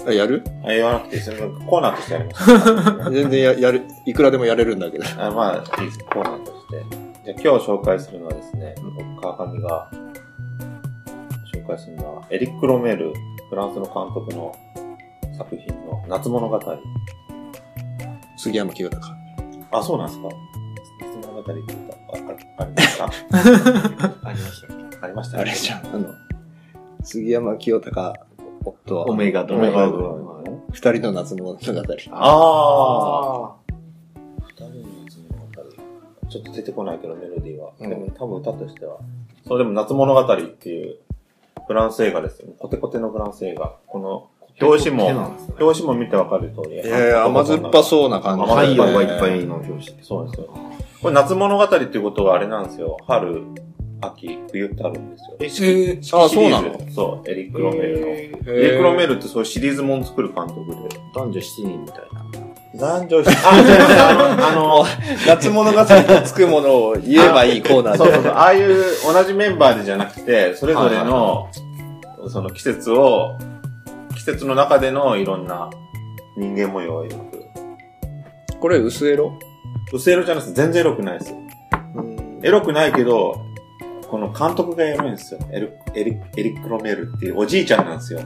あやるあ言わなくていいですよ。なんかコーナーとしてあります。 全然ややる、いくらでもやれるんだけど。あまあ、いいです。コーナーとして。じゃあ今日紹介するのはですね、僕川上が紹介するのは、エリック・ロメール、フランスの監督の作品の夏物語。杉山清隆。あ、そうなんですか夏物語って言ったああありました ありましたありましたあれじゃん、あの、杉山清隆とは、メガドメガドラマの二人の夏の物語。ああ二人の夏物語。ちょっと出てこないけど、メロディーは。うんでも多分歌としては。そう、でも夏物語っていうフランス映画ですよ。コテコテのフランス映画。この、表紙も、表紙も見てわかる通り。いやいや、甘酸っぱそうな感じ。甘酸っぱいはいっぱい。の表紙そうですよ。これ夏物語っていうことはあれなんですよ。春、秋、冬ってあるんですよ。えー、あ、そうなのシリーズそう、エリック・ロメールの。エえーエリック・ロメール。ルってそういうシリーズもん作る監督で。男女7人みたいな男女、あ、違う違うあの、あの、夏物語とつくものを言えばいいコーナーそうそうで。そう。ああいう同じメンバーでじゃなくて、それぞれの、その季節を、季節の中でのいろんな人間模様を描く。これ薄エロ薄エロじゃないです。全然エロくないです。エロくないけど、この監督がエロいんですよ。エルエリエリック・ロメールっていうおじいちゃんなんですよ。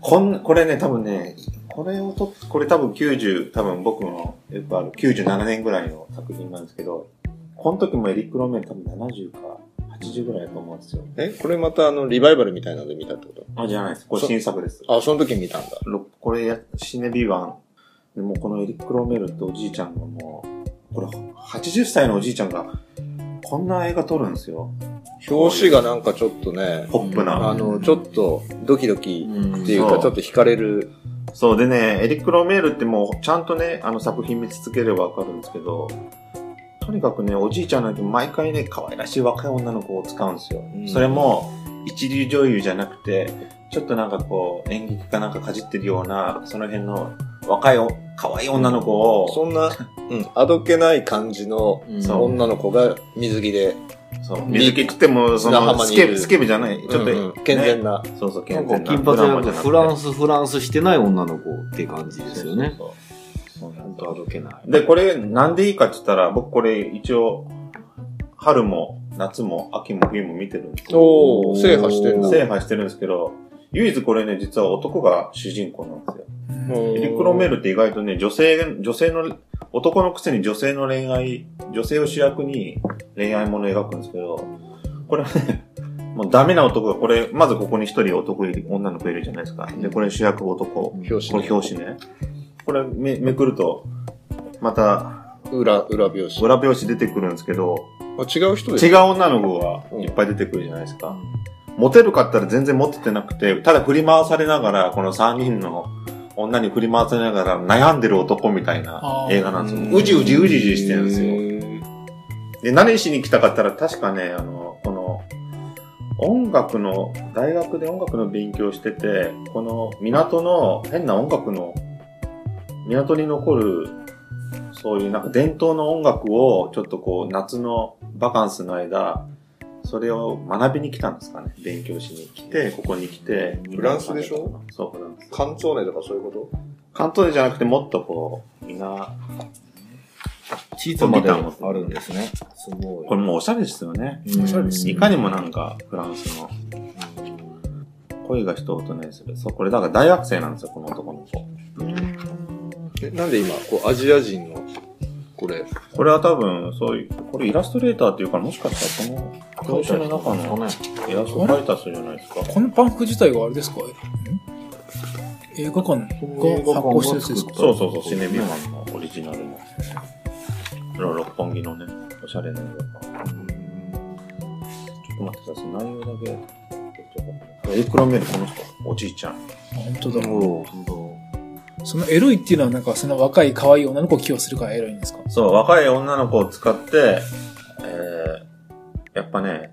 こん、これね、多分ね、これをと、これ多分90、多分僕のよくある97年ぐらいの作品なんですけど、この時もエリック・ロメール多分70か80ぐらいだと思うんですよ。え、これまたあの、リバイバルみたいなので見たってこあ、じゃないです。これそ新作です。とあ、その時見たんだ。ろこれや、シネビワン。でもうこのエリック・ロメールっておじいちゃんがもう、これ80歳のおじいちゃんが、こんな映画撮るんですよ。表紙がなんかちょっとね、ポップな。あの、ちょっとドキドキうんっていうか、そうちょっと惹かれる。そうでね、エリック・ロメールってもうちゃんとね、あの作品見続ければわかるんですけど、とにかくね、おじいちゃんなんて毎回ね、可愛らしい若い女の子を使うんですよ。うんそれも、一流女優じゃなくて、ちょっとなんかこう、演劇かなんかかじってるような、その辺の若いお、可愛い女の子を、そんな、うん、あどけない感じのそう女の子が水着で、そう水着着ても、そ砂の浜にスいるケベ、スケベじゃない。ちょうっと、んうん健全ね。な。そうそう、な健んか全な。金髪じゃなドラマじくゃなくてフランスフランスしてない女の子って感じですよね。そうそうそうほんとあどけない。で、これ、なんでいいかって言ったら、僕これ一応、春も、夏も、秋も、冬も見てるんですよ。おー、制覇してんな。制覇してるんですけど、唯一これね、実は男が主人公なんですよ。うんエリック・ロメールって意外とね、女性、女性の、男のくせに女性の恋愛、女性を主役に恋愛もの描くんですけど、これね、 もうダメな男が、これ、まずここに一人男いる、女の子いるじゃないですか。で、これ主役男。表こ紙の表紙ね。これめ、めくると、また、裏、裏表紙。裏表紙出てくるんですけど、あ違う人です違う女の子がいっぱい出てくるじゃないですか。モテるかったら全然モテてなくて、ただ振り回されながら、この3人の女に振り回されながら悩んでる男みたいなあー映画なんですうんよ。うじうじうじうじしてるんですよ。よ。で、何しに来たかったら確かね、あの、この、音楽の、大学で音楽の勉強してて、この港の変な音楽の、港に残る、そういうなんか伝統の音楽を、ちょっとこう、夏のバカンスの間、それを学びに来たんですかね。勉強しに来て、ここに来て。フランスでしょそう、フランス。カンツォーネとかそういうこ関東でじゃなくてもっとこう、みんな、地図まであるんですね。すごい。これもうおしゃれですよね。うんおしゃれですねいかにもなんか、フランスの恋が人を大人にする。そう、これだから大学生なんですよ、この男の子。とえなんで今、こう、アジア人のこれ。これは多分、そういう、これイラストレーターっていうから、もしかしたらこの会社の中のイラストライターするじゃないですか。このパンフ自体があれですかん映画館が発行したやつですかそうそうそう、シネビマンのオリジナルの。六本木のね、おしゃれな映画館。ちょっと待ってください、内容だけ。エクラメール、この人、おじいちゃん。あ本当だ。おそのエロいっていうのはなんかその若い可愛い女の子を起用するからエロいん ですかそう、若い女の子を使って、えー、やっぱね、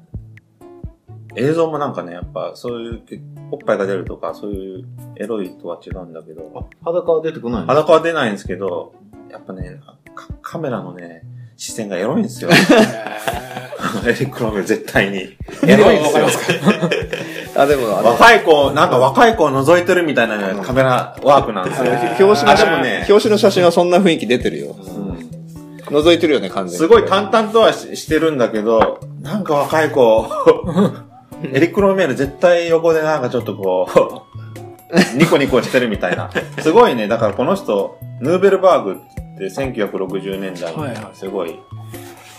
映像もなんかね、やっぱそういう、おっぱいが出るとか、そういうエロいとは違うんだけど、裸は出てこない裸は出ないんですけど、やっぱね、カカメラのね、視線がエロいん ですよ。エリック・ロメル絶対に。エロいんですよ。あ、でも、あの、若い子、なんか若い子を覗いてるみたいなカメラワークなんですよ。表紙のあ、写で真、もね、表紙の写真はそんな雰囲気出てるよ。うん覗いてるよね、完全に。すごい淡々とはししてるんだけど、なんか若い 子、エリック・ロメール絶対横でなんかちょっとこ う、ニコニコしてるみたいな。すごいね、だからこの人、ヌーベルバーグって1960年代はにいはいすごい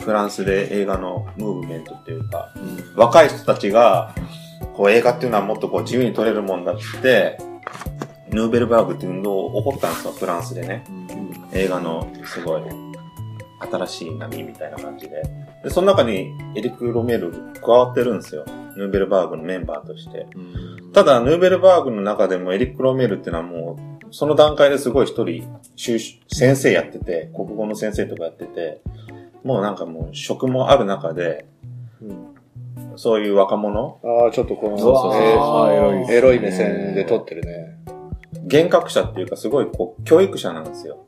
フランスで映画のムーブメントっていうか、若い人たちが、こう映画っていうのはもっとこう自由に撮れるもんだって、ヌーベルバーグっていう運動を起こったんですよ、フランスでね。映画のすごい新しい波みたいな感じで。で、その中にエリック・ロメル加わってるんですよ。ヌーベルバーグのメンバーとして。ただ、ヌーベルバーグの中でもエリック・ロメルってのはもう、その段階ですごい一人、修士先生やってて、国語の先生とかやってて、もうなんかもう職もある中で、そういう若者、ああ、ちょっとこの、そうそうそうえーエロいですねエロい目線で撮ってるね。幻覚者っていうかすごいこう、教育者なんですよ。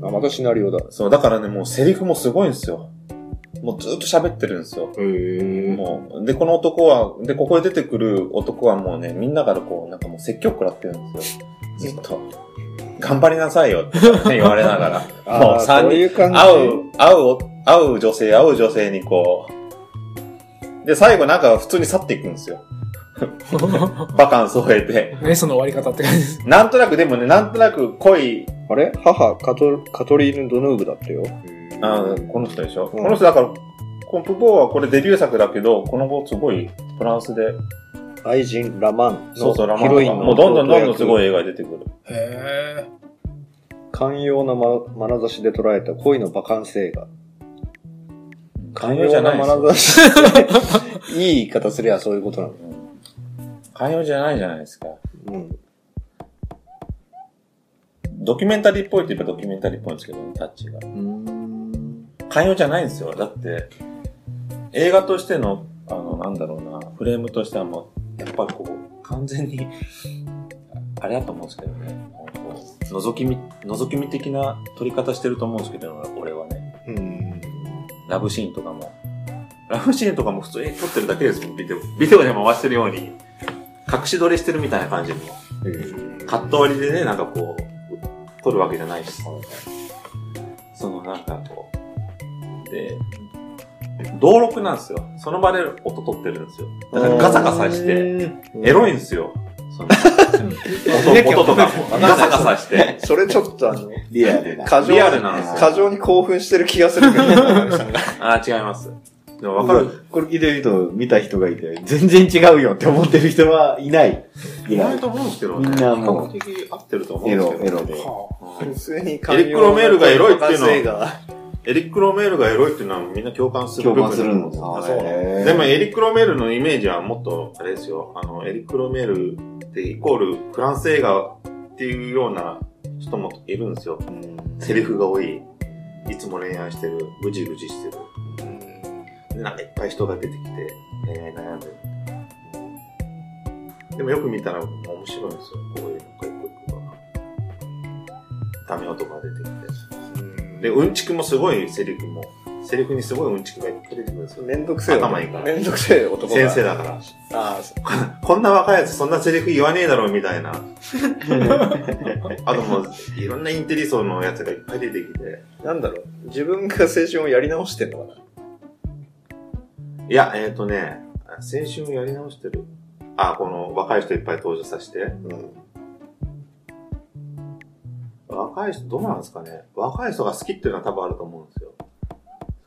あ、またシナリオだ。そう、だからね、もうセリフもすごいんですよ。もうずっと喋ってるんですよ。へもう、で、この男は、で、ここで出てくる男はもうね、みんなからこう、なんかもう説教食らってるんですよ。ずっと。頑張りなさいよって言われな がら。もうそ三うい人、う感じ。会う、会う、会う女性、会う女性にこう。で、最後なんか普通に去っていくん ですよ。バカンスを終えて。ね、その終わり方って感じです。なんとなく、でもね、なんとなく恋、あれ母カト、カトリーヌ・ドヌーブだったよ。あーこの人でしょ、うんこの人だから、コンプボーはこれデビュー作だけど、この後すごいフランスで愛人、ラマンそうそう、ラのヒマンロとかインの。もうどんどんどんどんすごい。映画に出てくる。へ寛容なま眼差しで捉えた恋のバカンス映画。寛容じゃないですよ眼差し。 いい言い方すりゃそういうことなの。寛容じゃないじゃないですか。うん。ドキュメンタリーっぽいって言えばドキュメンタリーっぽいんですけどね、タッチが。寛容じゃないんですよ。だって、映画としての、あの、なんだろうな、フレームとしてはもう、やっぱりこう、完全に、あれだと思うんですけどね。こう覗き見、覗き見的な撮り方してると思うんですけど、俺はね。うん。ラブシーンとかも。ラブシーンとかも普通に撮ってるだけですもん、ビデオ。ビデオで回してるように、隠し撮りしてるみたいな感じの。カット割りでね、なんかこう、撮るわけじゃないし。そのなんかこう、で、道録なんですよ。その場で音撮ってるんですよ。だからガサガサして、うん、エロいんですよ。その音 音とかも、ガサガサして。それちょっとあの、リアルな。過剰リアルなんですよ過剰に興奮してる気がするけど、あー、違います。でもわかる。これ聞いてる人、見た人がいて、全然違うよって思ってる人はいない。意いな外い。と思うんですけどみね。ん比なもう較的合ってると思うんエですけロど、ね。エロで。ぇは普通にエリックロメールがエロいっていバカンうのはス映画エリック・ロメールがエロいっていうのはみんな共感する共感するんですあよそうへーでもエリック・ロメールのイメージはもっと、あれですよ、あの、エリック・ロメールってイコールフランス映画っていうような人もいるんですよ。セリフが多い。いつも恋愛してる。ぐじぐじしてる。でなんかいっぱい人が出てきて、恋愛悩んでる。でもよく見たらもう面白いんですよ。こういうのが一個一個が。ダメ男が出てきて。で、うんちくもすごいセリフも、セリフにすごいうんちくがいっぱい出てくるんですよ。めんどくせえよ。頭いいからめんどくせえ男先が。生だから。ああ、そこんな若いやつそんなセリフ言わねえだろうみたいな。あともう、いろんなインテリ層のやつがいっぱい出てきて。うなんだろう。自分が青春をやり直してんのかいや、えっ、ー、とね、青春をやり直してる。あ、この若い人いっぱい登場させて。な。うん。あ若い人、どうなんですかね。若い人が好きっていうのは多分あると思うんですよ。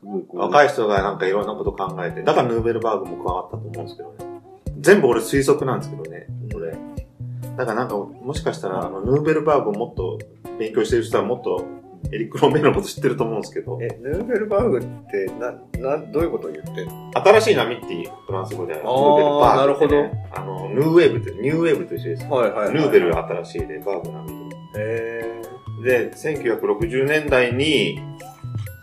すごいこう。若い人がなんかいろんなこと考えて、だからヌーベルバーグも加わったと思うんですけどね。全部俺推測なんですけどね、これ。だからなんか、もしかしたら、あの、ヌーベルバーグをもっと勉強してる人はもっと、エリック・ロメールのこと知ってると思うんですけど、え、ヌーベルバーグって、な、な、どういうことを言ってんの新しい波っていうフランス語で、ヌーベルあーバーグって、ね。あの、ヌーウェーブって、ニューウェーブと一緒です。はいはヌーベルが新しいで、バーグ波と。えで、1960年代に、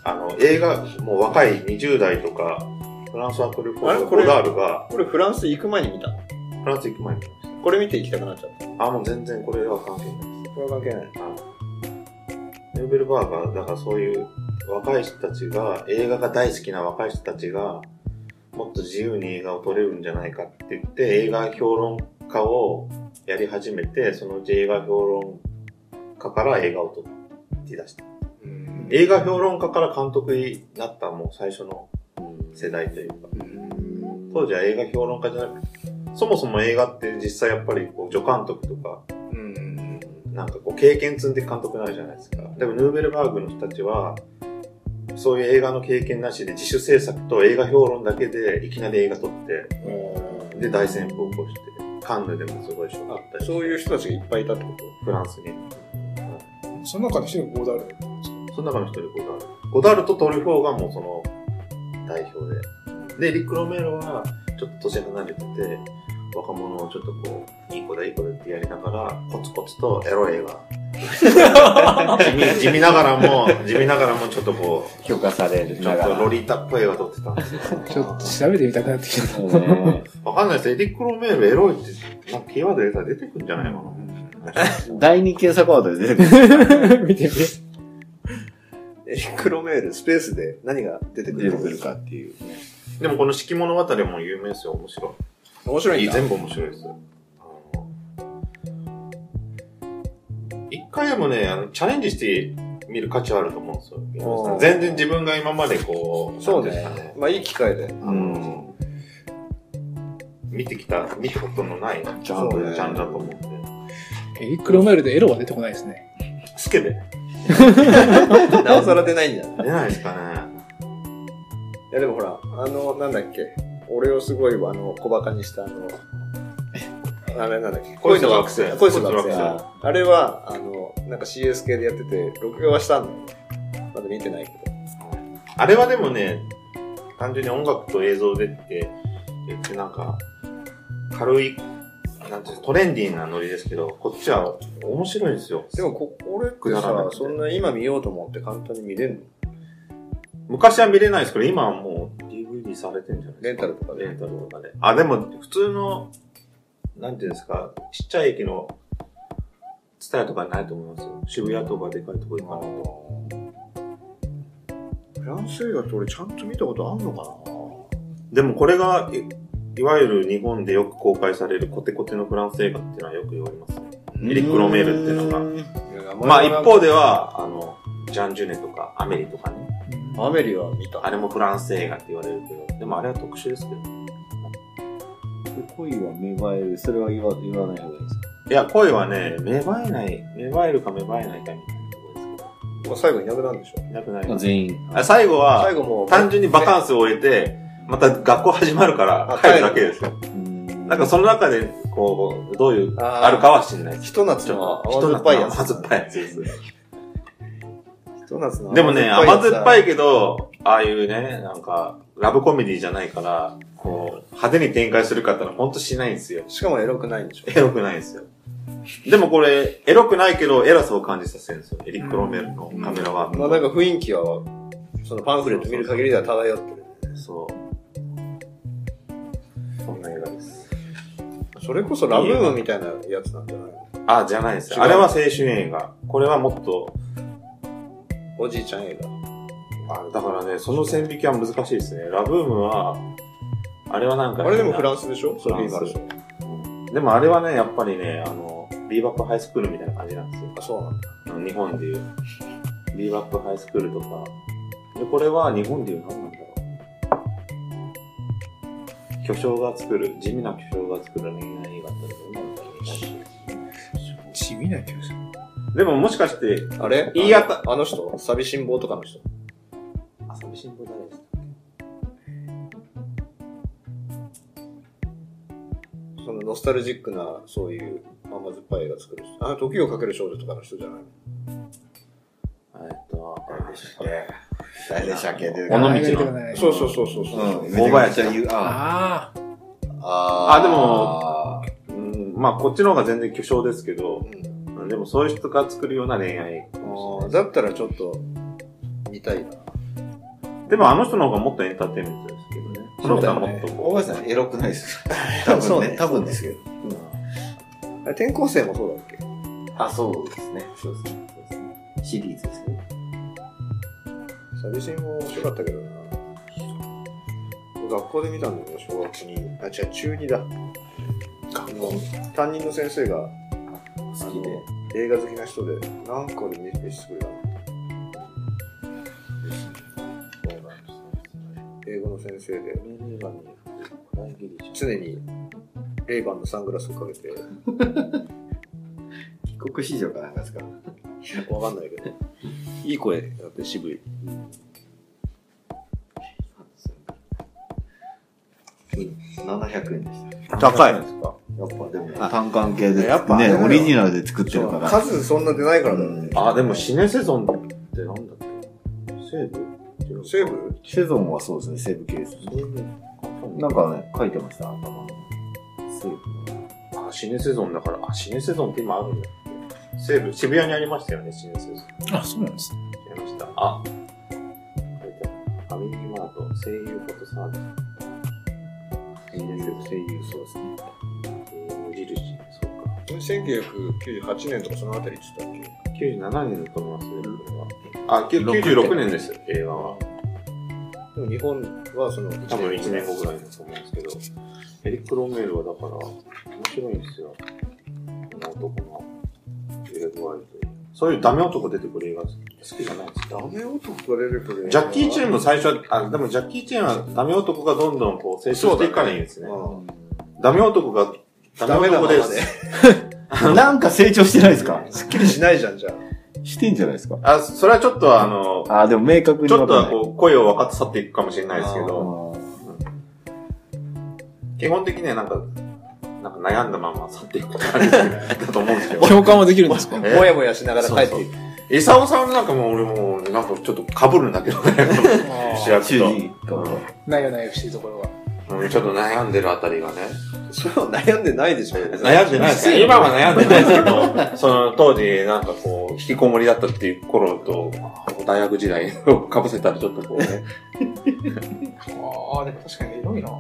あの、映画、もう若い20代とか、フランスアクル・フォあれーこゴれダールが、これフランス行く前に見たのフランス行く前に見ましこれ見て行きたくなっちゃった。た。あ、もう全然これは関係ないー、これは関係ない。です。ヌーベルバーガー、だからそういう若い人たちが、映画が大好きな若い人たちが、もっと自由に映画を撮れるんじゃないかって言って、映画評論家をやり始めて、そのうち映画評論家から映画を撮り出した。映画評論家から監督になったもう最初の世代というか、当時は映画評論家じゃなくて、そもそも映画って実際やっぱりこう助監督とか、なんかこう経験積んで監督になるじゃないですか。でもヌーベルバーグの人たちは、そういう映画の経験なしで自主制作と映画評論だけでいきなり映画撮って、で大旋風を起こして、カンヌでもすごい賞だったり、そういう人たちがいっぱいいたってこフランスに。その中の一人がゴダール。その中の一人ゴダール。ゴダールとトリュフォーがもうその代表で。で、リック・ロメロはちょっと年離れてて、若者をちょっとこう、いい子だいい子だってやりながら、コツコツとエロ映画。地味、地味ながらも、地味ながらもちょっとこ許可されるう、ちょっとロリータっぽい映画撮ってたんですよ。ちょっと調べてみたくなってきた。ねわかんないですエリック・ロメールエロいって、なんかキーワード入れたら出てくるんじゃないかな。 第二検索ワードで出てくる。見てみて。エリック・ロメール、スペースで何が出てく出るてのくるかっていう。でもこの四季物語も有名ですよ、面白い。面白いんだ。全部面白いです。あの一回でもね、あの、チャレンジして見る価値はあると思うんですあよー。全然自分が今までこう、そうなんていねん。まあ、いい機会で。ですかね。あの、見てきた、見たことのないジャンル、ジャンルねジャンルだと思うんで。エリック・ロメールでエロは出てこないですね。スケベなおさら出ないんじゃない出ないですかね。いやでもほら、あの、なんだっけ、俺をすごい、あの、小馬鹿にした、あの、あれなんだっけ、恋の惑星恋の惑恋星。のああれは、あの、なんか CS 系でやってて、録画はしたんだよね。まだ見てないけあれはでもね、単純に音楽と映像でって言ってなんか、軽い、なんていうのトレンディーなノリですけど、こっちは面白いんですよ。ど。でも、ここれってくだらなさく、てそんな今見ようと思って簡単に見れるの昔は見れないですけど、今はもう DVD されてるんじゃないレンですか。タルとかで。レンタルとかで。あ、でも普通の、なんていうんですか、ちっちゃい駅の、ツタヤとかにないと思いますよ。渋谷とかでかいとこ行かないと。フランス映画って俺ちゃんと見たことあんのかでもこれがい、いわゆる日本でよく公開されるコテコテのフランス映画っていうのはよく言われますね。エリック・ロメールっていうのが。ないやまあ一方では、あの、ジャン・ジュネとかアメリとかね。アメリは見た。あれもフランス映画って言われるけど、でもあれは特殊ですけど。恋は芽生える。それは言わ言わない方がいいですかいや、声はね、芽生えない、芽生えるか芽生えないかみたいなところですけど。まあ最後いなくなるんでしょ。いなくなりまあます。全員。あ最最後は、後もう。単純にバカンンスを終えて、また学校始まるからあ帰るだけですよ。ななんか、その中で、こう、どういう、あーあるかは知んないです。ひと夏ちょのっと、甘酸っぱいやつ。甘酸っぱいやつです。ドーナツの でもね、甘酸っぱいいけど、ああいうね、なんか、ラブコメディじゃないから、こう、派手に展開するかったらほんとしないんですよ。しかもエロくないんでしょエロくないんですよ。でもこれ、エロくないけど、エロさを感じさせるんですよ。エリック・ロメルのカメラワーク。まあなんか雰囲気はそのパンフレット見る限りでは漂ってるそう。そんな映画です。それこそラブームみたいなやつなんじゃないのあ、じゃないです違うよ。あれは青春映画。これはもっと、おじいちゃん映あだからね、その線引きは難しいですね。ラブームは、あれはなんか画ね、あれでもフランスでしょフランスそうビーバルでしでもあれはね、やっぱりね、あの、ビーバップハイスクールみたいな感じなんですよょあそうなんだ。あの日本でいう。ビーバップハイスクールとか。で、これは日本でいう何なんだろう。巨匠が作る、地味な巨匠が作る恋愛映画ってのはどうなんだろうね地味な気がする。でももしかして、あれ言い当たあの人寂しん坊とかの人。あ、寂しんぼ誰ですかそのノスタルジックな、そういう甘酸っぱい映画作る人。あ、時をかける少女とかの人じゃないえっと、誰でしたっけ誰でしたっけ出てこ尾な道いののそうそうそうそうそう。うん。大林だ言う。あああ、ああでも、うん、まあこっちの方が全然巨匠ですけど、うんでもそういう人が作るような恋愛あかもしーだったらちょっと、見たいな。れないでもあの人の方がもっとエンターテインメントですけどね。そうだ翔太はもねっと。こ大林さん、エロくないですか多そう分ねね。多分ですけど。あれ転校生もそうだっけあ、そうですね。そうですね。そうですねシリーズですね。寂しん坊面白かったけどな。学校で見たんだよね、小学2。あ、違う、中2だ。学校担任の先生が、好きで。映画好きな人で何個で見てしてくれたのそうなんですね英語の先生で常にレイバンのサングラスをかけて帰国子女かなんかですかわかんないけどいい声だって渋い700円でした。高いですかやっぱでも、あ単関系で、やっぱあれね、だよオリジナルで作ってるから。数そんな出ないからだよねあ、でもシネセゾンってなんだっけ西部セーブセゾンはそうですね、セーブ系です。なんかね、書いてました、頭の。セーあ、シネセゾンだから、あ、シネセゾンって今あるんだっけ西部、渋谷にありましたよね、シネセゾン。違いあ、そうなんですね。ました。あ、書いてあるファミリーマート、声優ことサービス。シネセゾン、声優そうですね。無印、そうか。 1998年とかそのあたりって言ってたっ97年だと思いますね、これは。あ、きゅ96年です、映画は。けでも日本はその1多分1年後ぐらいだと思うんですけど、エリック・ロメールはだから、面白いんですよ。この男の、エレグワイルド。そういうダメ男出てくる映画好きじゃないですかダメ男が出てくるジャッキー・チェンンも最初は、あ、でもジャッキー・チェンはダメ男がどんどんこう成長していくからいいんですね。ダメ男が、ダダメメだ男まです。ブ。 なんか成長してないですかすっきりしないじゃんじゃあしてんじゃないですかあ、それはちょっとあの、あー、でも明確にちょっとわかんはない。こう、声を分かって去っていくかもしれないですけあど、ー基本的にはなんか、なんか悩んだまま去っていく感じだと思うんですけ ど。共感はできる んですかえもやもやしながら帰っていくイサオさんなんかもう俺もうなんかちょっと被るんだけどね。主役主と。人公となよなよしてるところが。うんちょっと悩んでるあたりがね。それは悩んでないでしょ。悩んでないです今は悩んでないですけど、その当時なんかこう、引きこもりだったっていう頃と、大学時代を被せたらちょっとこう ね。ああ、でも確かにエロいな。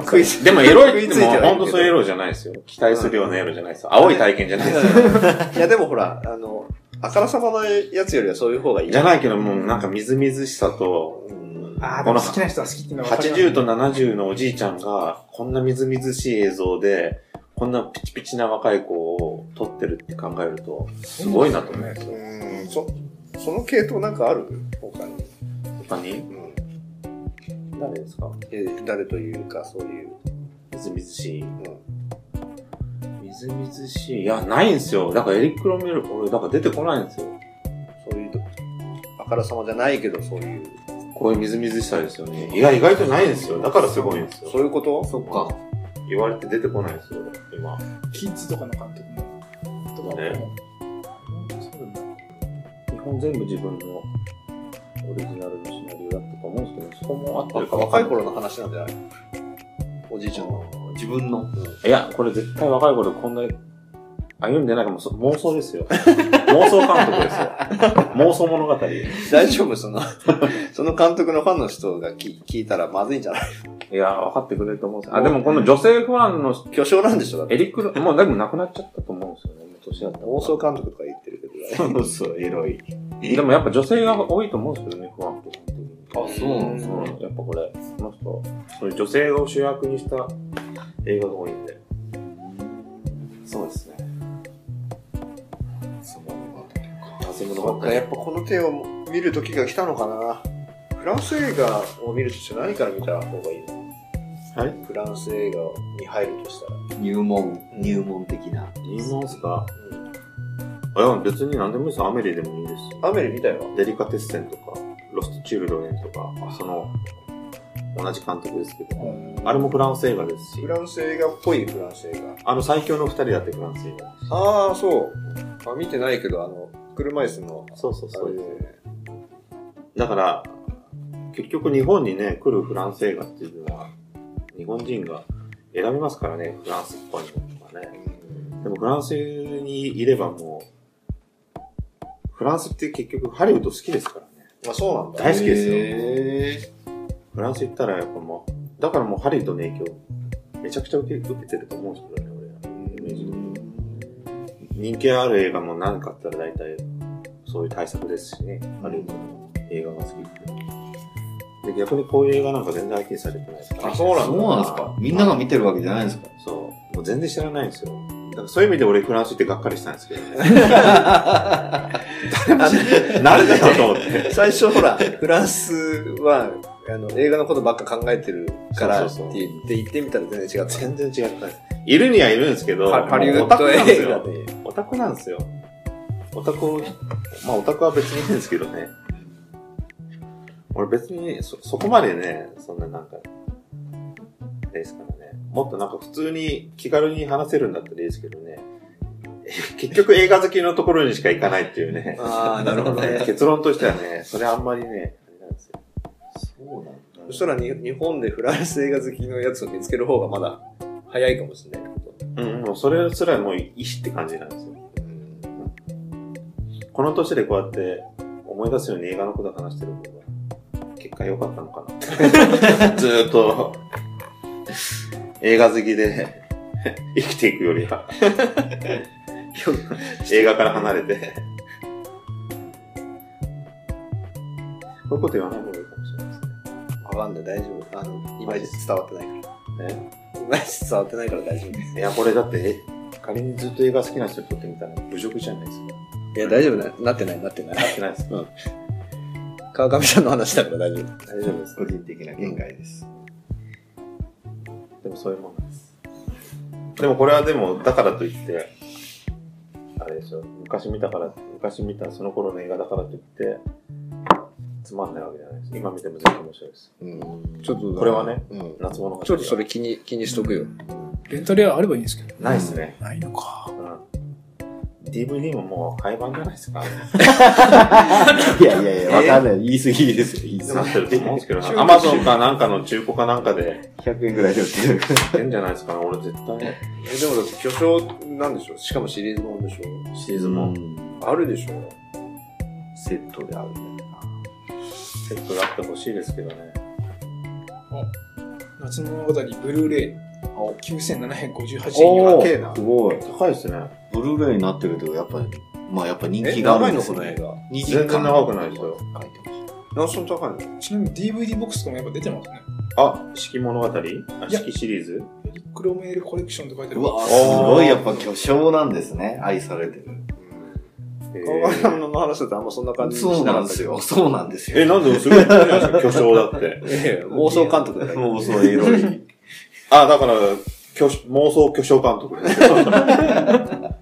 食いつでもエロいっ食てもはないけど本当そういうエロじゃないですよ。期待するようなエロじゃないですよ。青い体験じゃないですよ。いや、でもほら、あの、あからさまなやつよりはそういう方がいい。じゃないけどもうなんかみずみずしさと、うんああ、でこもの好きな人は好きっていうのは分かります80と70のおじいちゃんが、こんなみずみずしい映像で、こんなピチピチな若い子を撮ってるって考えると、すごいなと思う。うんそ、その系統なんかある他に。他にうん誰ですかえ誰というか、そういう。みずみずしい。うんみずみずしい。いや、ないんですよ。だからエリック・ロメール、俺、だから出てこないんですよ。そういうと、あからさまじゃないけど、そういう。こういうみずみずしさですよね。いや、意外とないんですよ。だからすごいんですよ。そういうことそっか。言われて出てこないんですよ、今。キッズとかの監督も。とかもねそうだな日本全部自分のオリジナルのシナリオだったと思うんですけど、そこも合ってるか若い頃の話なんじゃないおじいちゃんの。自分の。いや、これ絶対若い頃こんな、歩んでないかも、そ妄想です よ。妄想監督ですよ。妄想物語。い 大丈夫その、その監督のファンの人が聞聞いたらまずいんじゃないや、分かってくれると思うんですよあ、でもこの女性ファンの人巨匠なんでしょだって。エリックの、もうでも亡くなっちゃったと思うんですよね、もう年だったから。妄想監督とか言ってるけど、そうそう、エロい。でもやっぱ女性が多いと思うんですけどね、不安って。あ、そうなんですうかん、やっぱこれ、この人、そういう女性を主役にした映画が多いんで。そうですね。その謎物そばっっかかりやっぱこの手を見る時が来たのかなフランス映画を見るとしたら何から見た方がいいのはいフランス映画に入るとしたら、入門、入門的な。いいもんすかうんあれは別に何でもいいですよ。アメリでもいいですよ。アメリ見たよ。デリカテッセンとか、ロストチルドレンとか、その、同じ監督ですけど、あれもフランス映画ですしフ、ランス映画っぽいフランス映あの最強の二人だってフランス映画ですし。画。ああ、そう。まあ見てないけど、あの、車椅子の、そうそうそあうれで。ですすよね。だから、結局日本にね、来るフランス映画っていうのは、日本人が選びますからね、フランスっぽいのとかね。でもフランスにいればもう、フランスって結局ハリウッド好きですからね。まあそうなんだ。大好きですよですよ。フランス行ったらやっぱもう、だからもうハリウッドの影響、めちゃくちゃ受け受けてると思うんですけどね、俺ら。イメージ的に人気ある映画も何かあったら大体、そういう対策ですしね、ハリウッドの映画が好きって。で、逆にこういう映画なんか全然相手にされてないですから、あ、そうなんだ。そうなんですかみんなが見てるわけじゃないんですかそう。もう全然知らないんですよ。だからそういう意味で俺フランス行ってがっかりしたんですけ どね。誰も知ってなんでだと思って。最初ほら、フランスは、あの、映画のことばっか考えてるからってそうそうそう言って、行ってみたら全然違って。全然違った。いるにはいるんですけど、ハハリウもッうオタクドなんです映よ画で。オタクなんですよ。オタクを、まあオタクは別にいいんですけどね。俺別にそ、そこまでね、そんななんか、あれですからね。もっとなんか普通に気軽に話せるんだったらいいですけどね。 結局映画好きのところにしか行かないっていうね。あ あ、なるほどね。結論としてはね、それあんまりね、あれなんですよ。そうなんだ そしたらに日本でフランス映画好きのやつを見つける方がまだ早いかもしれないってこと。うん、もうそれすらもう意思って感じなんですよ。この年でこうやって思い出すように映画のことを話してる方が、結果良かったのかな。ずーっと、映画好きで生きていくよりは、映画から離れて。こういうこと言わない方がいいかもしれないわかんない、大丈夫。あの、いまいち伝わってないかですね。ら。いまいち伝わってないから大丈夫。ねいや、これだって、え仮にずっと映画好きな人にとってみたら侮辱じゃないですか。いや、大丈夫な、なってない、なってななっい。てないですか川上さんの話だから大丈夫。大丈夫です。個人的な限界です。でもそういうもんなんです。でもこれはでも、だからといって、あれでしょ、昔見たから、昔見たその頃の映画だからといって、つまんないわけじゃないです。今見ても全然面白いです。うん。ちょっと、これはね、うん。夏物語。ちょっとそれ気に、気にしとくよ。レンタル屋あればいいんですけど。ないですね。ないのか。うん。DVD ももう廃盤じゃないですか。 いやいやいや、わかんない。言い過ぎですよ。言いな過っぎ。てると思うんですけど、アマゾンかなんかの中古かなんかで100円ぐらいで売ってる。出るんじゃないですかね。俺絶対ね。え、でもだって巨匠なんでしょしかもシリーズもんでしシリーズもょあるでしょセットであるんだよセットがあってほしいですけどね。夏の物語、ブルーレイ。9758な。円。ーすごい。高いですね。ブルーレイになってるけど、やっぱり、まあやっぱ人え、気があ長いるんでのすこよの映ね。画。 2全然長くないですよ。書いてました。何そんな高いのちなみに DVD ボックスとかもやっぱ出てますね。あ、四季物語あ、いや四季シリーズエリック・ロメールコレクションって書いてある。うわーすごい、やっぱ巨匠なんですね。愛されてる。川上さんの話だとあんまそんな感じしなそうなかっんでたすけどよ。。そうなんですよ。え、なんで、すごい言ってないですか巨匠だって。ええ妄想監督だよ。もうそう、エロい。あ、だから、巨匠妄想巨匠監督です。そういう映画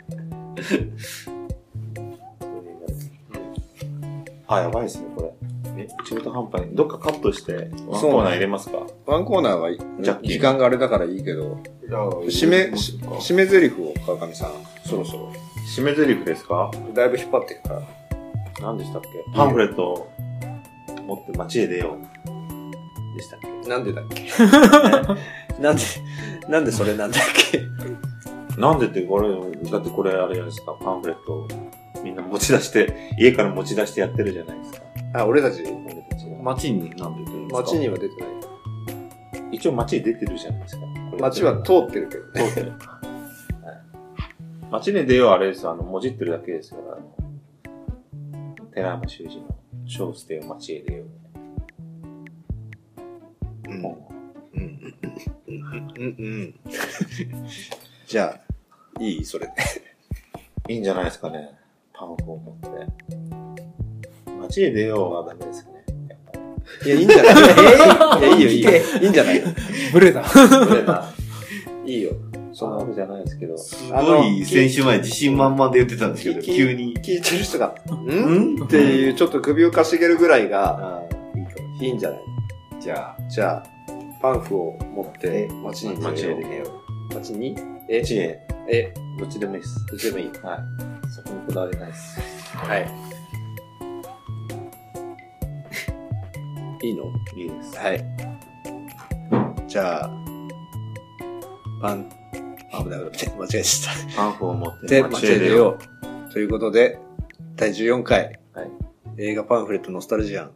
ですあ、やばいですね、これ。え、中途半端に。どっかカットして、ワンコーナー入れますかワンコーナーは、ジャッキー時間があれだからいいけど、締め、し締め台詞を川上さん、そろそろ。締め台詞ですかだいぶ引っ張っていくから。何でしたっけパンフレットを持って街へ出よう。でしたっけなんでだっけなんで、 なんでそれなんだっけ なんでってこれ、だってこれあれじゃないですか、パンフレットをみんな持ち出して、家から持ち出してやってるじゃないですか。あ、俺たち、俺たちが街になんで出てるんですか街には出てない。一応街に出てるじゃないですか。これ街は通ってるけどね。通ってる。はい街に出ようあれですよ、あの、もじってるだけですから、あの、寺山修司の、小捨てを街へ出よう。うん。うん。うん。うん。 じゃあ、いいそれで。いいんじゃないですかね。パンフを持って。街へ出ようはダメですか ね。やっぱりいや、いいんじゃ ないいや、いいよ、いいよ。いいんじゃないブレだ。これな。いいよ。そんなわけじゃないですけど。すごい、先週まで自信満々で言ってたんですけど、きき急に。聞いてる人が、んんっていう、ちょっと首をかしげるぐらいがああ、いいかもしいいんじゃないれない。じゃあ、じゃあ、パンフを持って街に街出へよ出よう。う。街にえ、一円。え、どっちでもいいです。どっちでもいい。はい。そこにこだわりないです。はい。いいのいいです。はい。じゃあ、パン、あ危ない危ない、間違えちゃっ。パンフを持ったてで、街間へ違え出てよよう。ということで、第14回、はい映画パンフレットノスタルジアン、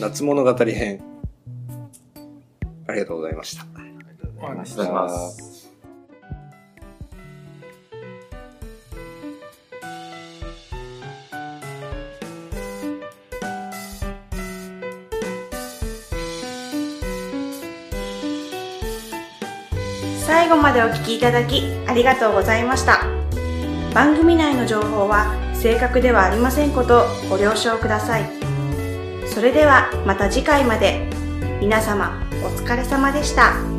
夏物語編、ありがとうございました。ありがとうございまう。すいただきます。最後までお聞きいただきありがとうございました番組内の情報は正確ではありませんことをご了承くださいそれではまた次回まで皆様お疲れ様でした。